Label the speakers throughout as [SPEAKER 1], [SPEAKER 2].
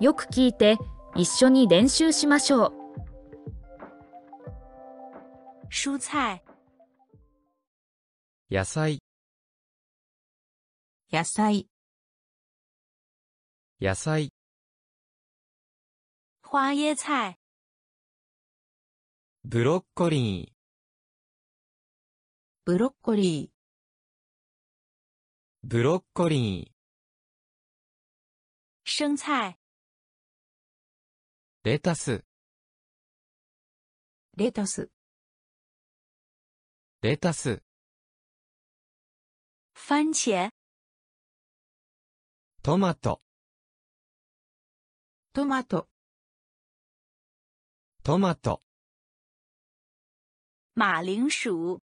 [SPEAKER 1] よく聞いて一緒に練習しましょう
[SPEAKER 2] 蔬菜、
[SPEAKER 3] 野菜、
[SPEAKER 2] 野菜、
[SPEAKER 3] 野菜、
[SPEAKER 2] 花椰菜、
[SPEAKER 3] ブロッコリー、
[SPEAKER 2] ブロッコリー、
[SPEAKER 3] ブロッコリ
[SPEAKER 2] 生菜、
[SPEAKER 3] ー、レタス、
[SPEAKER 2] レタス、
[SPEAKER 3] レタス、
[SPEAKER 2] 番茄、
[SPEAKER 3] トマト、
[SPEAKER 2] トマト、
[SPEAKER 3] トマト、
[SPEAKER 2] 马铃薯、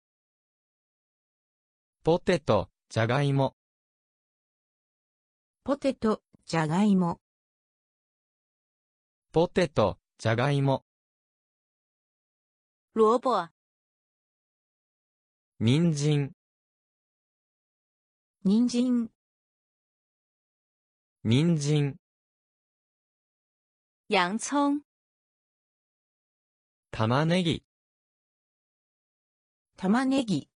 [SPEAKER 3] ポテト、じゃがいも、
[SPEAKER 2] ポテト、じゃがいも、
[SPEAKER 3] ポテト、じゃがいも、
[SPEAKER 2] 萝卜、
[SPEAKER 3] 人参、
[SPEAKER 2] 人参、
[SPEAKER 3] 人参、
[SPEAKER 2] 洋葱、
[SPEAKER 3] 玉ねぎ、
[SPEAKER 2] 玉ねぎ、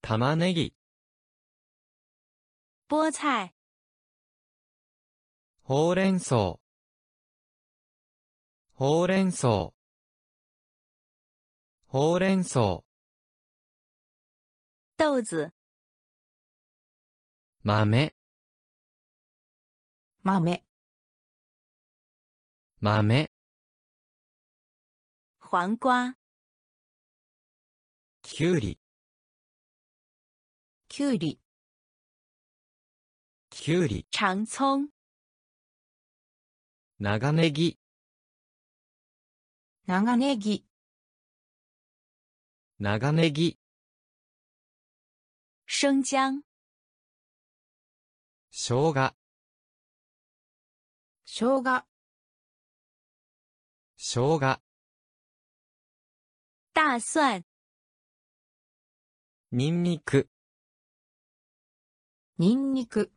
[SPEAKER 3] 玉ねぎ、
[SPEAKER 2] 菠菜、
[SPEAKER 3] ほうれん草、ほうれん草、ほうれん草、
[SPEAKER 2] 豆子、
[SPEAKER 3] 豆、
[SPEAKER 2] 豆、
[SPEAKER 3] 豆、
[SPEAKER 2] 黄瓜、
[SPEAKER 3] きゅうり、
[SPEAKER 2] きゅうり、
[SPEAKER 3] きゅうり、
[SPEAKER 2] 长葱、
[SPEAKER 3] 長ネギ、
[SPEAKER 2] 長ネギ、
[SPEAKER 3] 長ネギ、
[SPEAKER 2] 生姜、
[SPEAKER 3] 生姜、
[SPEAKER 2] 生姜、
[SPEAKER 3] 生姜、
[SPEAKER 2] 大蒜、
[SPEAKER 3] ニンニク、
[SPEAKER 2] ニンニク、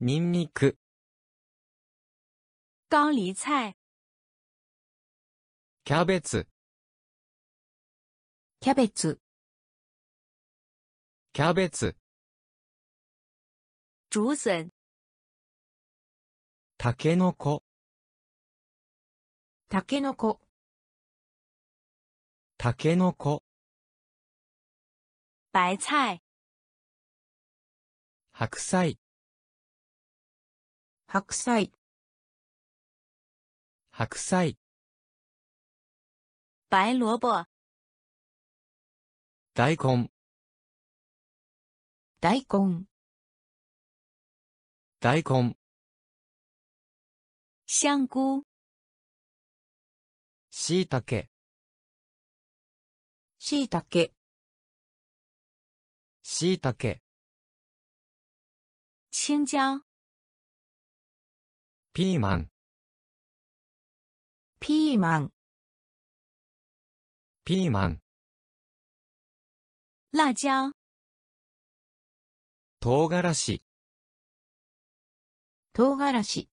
[SPEAKER 3] ニンニク、
[SPEAKER 2] 高丽菜、
[SPEAKER 3] キャベツ、
[SPEAKER 2] キャベツ、
[SPEAKER 3] キャベツ、
[SPEAKER 2] 竹笋、
[SPEAKER 3] タケノコ、
[SPEAKER 2] タケノコ、
[SPEAKER 3] タケノコ、
[SPEAKER 2] 白菜、
[SPEAKER 3] 白菜、
[SPEAKER 2] 白菜、
[SPEAKER 3] 白菜、
[SPEAKER 2] 白萝卜、
[SPEAKER 3] 大根、
[SPEAKER 2] 大根、
[SPEAKER 3] 大根、
[SPEAKER 2] 香菇、
[SPEAKER 3] 椎茸、
[SPEAKER 2] 椎茸、
[SPEAKER 3] 椎茸、
[SPEAKER 2] 青椒、
[SPEAKER 3] ピーマン、
[SPEAKER 2] ピーマン、
[SPEAKER 3] ピーマン、
[SPEAKER 2] 辣椒、
[SPEAKER 3] 唐辛子、
[SPEAKER 2] 唐辛子、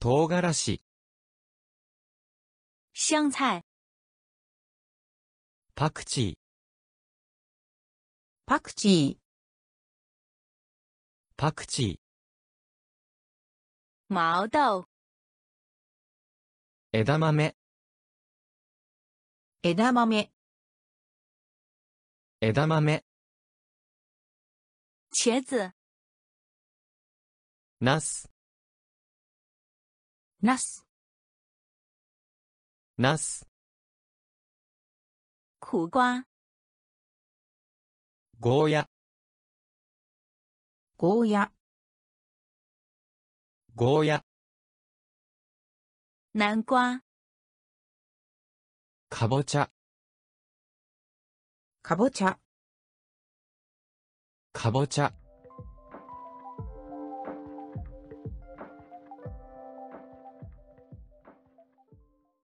[SPEAKER 3] 唐辛子、
[SPEAKER 2] 香菜、
[SPEAKER 3] パクチー、
[SPEAKER 2] パクチー、
[SPEAKER 3] パクチー、
[SPEAKER 2] 毛豆、
[SPEAKER 3] 枝豆、
[SPEAKER 2] 枝豆、
[SPEAKER 3] 枝豆、
[SPEAKER 2] 茄子、
[SPEAKER 3] ナス、
[SPEAKER 2] ナス、
[SPEAKER 3] ナス、
[SPEAKER 2] 苦瓜、
[SPEAKER 3] ゴーヤ、
[SPEAKER 2] ゴーヤ、
[SPEAKER 3] ゴーヤ、
[SPEAKER 2] 南瓜、
[SPEAKER 3] かぼちゃ、
[SPEAKER 2] かぼちゃ、
[SPEAKER 3] かぼちゃ、